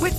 With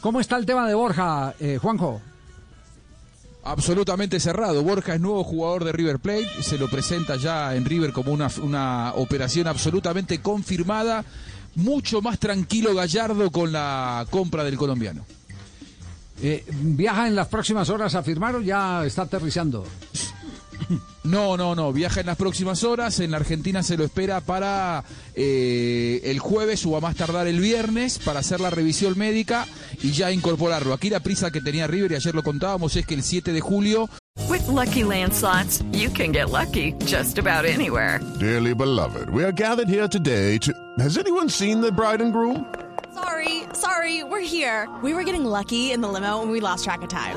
¿Cómo está el tema de Borja, eh, Juanjo? Absolutamente cerrado. Borja es nuevo jugador de River Plate. Se lo presenta ya en River como una, una operación absolutamente confirmada. Mucho más tranquilo Gallardo con la compra del colombiano. Eh, ¿Viaja en las próximas horas a firmar o ya está aterrizando? No, no, no. Viaja en las próximas horas. En la Argentina se lo espera para eh, el jueves o a más tardar el viernes para hacer la revisión médica y ya incorporarlo. Aquí la prisa que tenía River, y ayer lo contábamos, es que el 7 de julio With Lucky Land slots, you can get lucky just about anywhere. Dearly beloved, we are gathered here today to. Has anyone seen the bride and groom? Sorry, sorry, we're here. We were getting lucky in the limo and we lost track of time.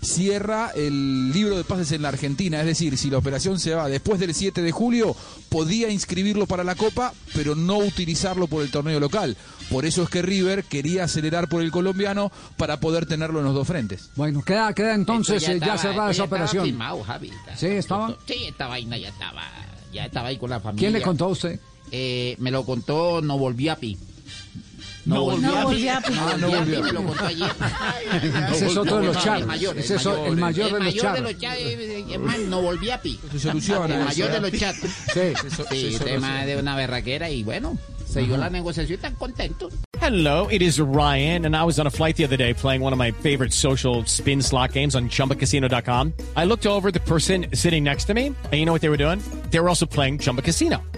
cierra el libro de pases en la Argentina. Es decir, si la operación se va después del 7 de julio, podía inscribirlo para la Copa, pero no utilizarlo por el torneo local. Por eso es que River quería acelerar por el colombiano para poder tenerlo en los dos frentes. Bueno, queda, queda entonces Esto eh, ya, estaba- cerrada esa esto ya estaba operación. firmado, Javi. Sí, estaba. Sí, esta vaina ya estaba. Ya estaba ahí con la familia. ¿Quién le contó a usted? Eh, me lo contó No Volví a Pi. No, volví, a Pi. Ah, No no Volví a Pi, volví a me lo Pi. contó ayer. Ese es otro de los charros. Ese es el mayor de los El mayor de charros. los charros. eh, eh, man, No Volví a Pi. Se soluciona. El eso. mayor de los charros. Sí. Se- se Sí, tema soluciona. de una berraquera y bueno, se dio la negociación y están contentos. Hello, it is Ryan, and I was on a flight the other day playing one of my favorite social spin slot games on chumbacasino.com. I looked over at the person sitting next to me, and you know what they were doing? They were also playing Chumba Casino.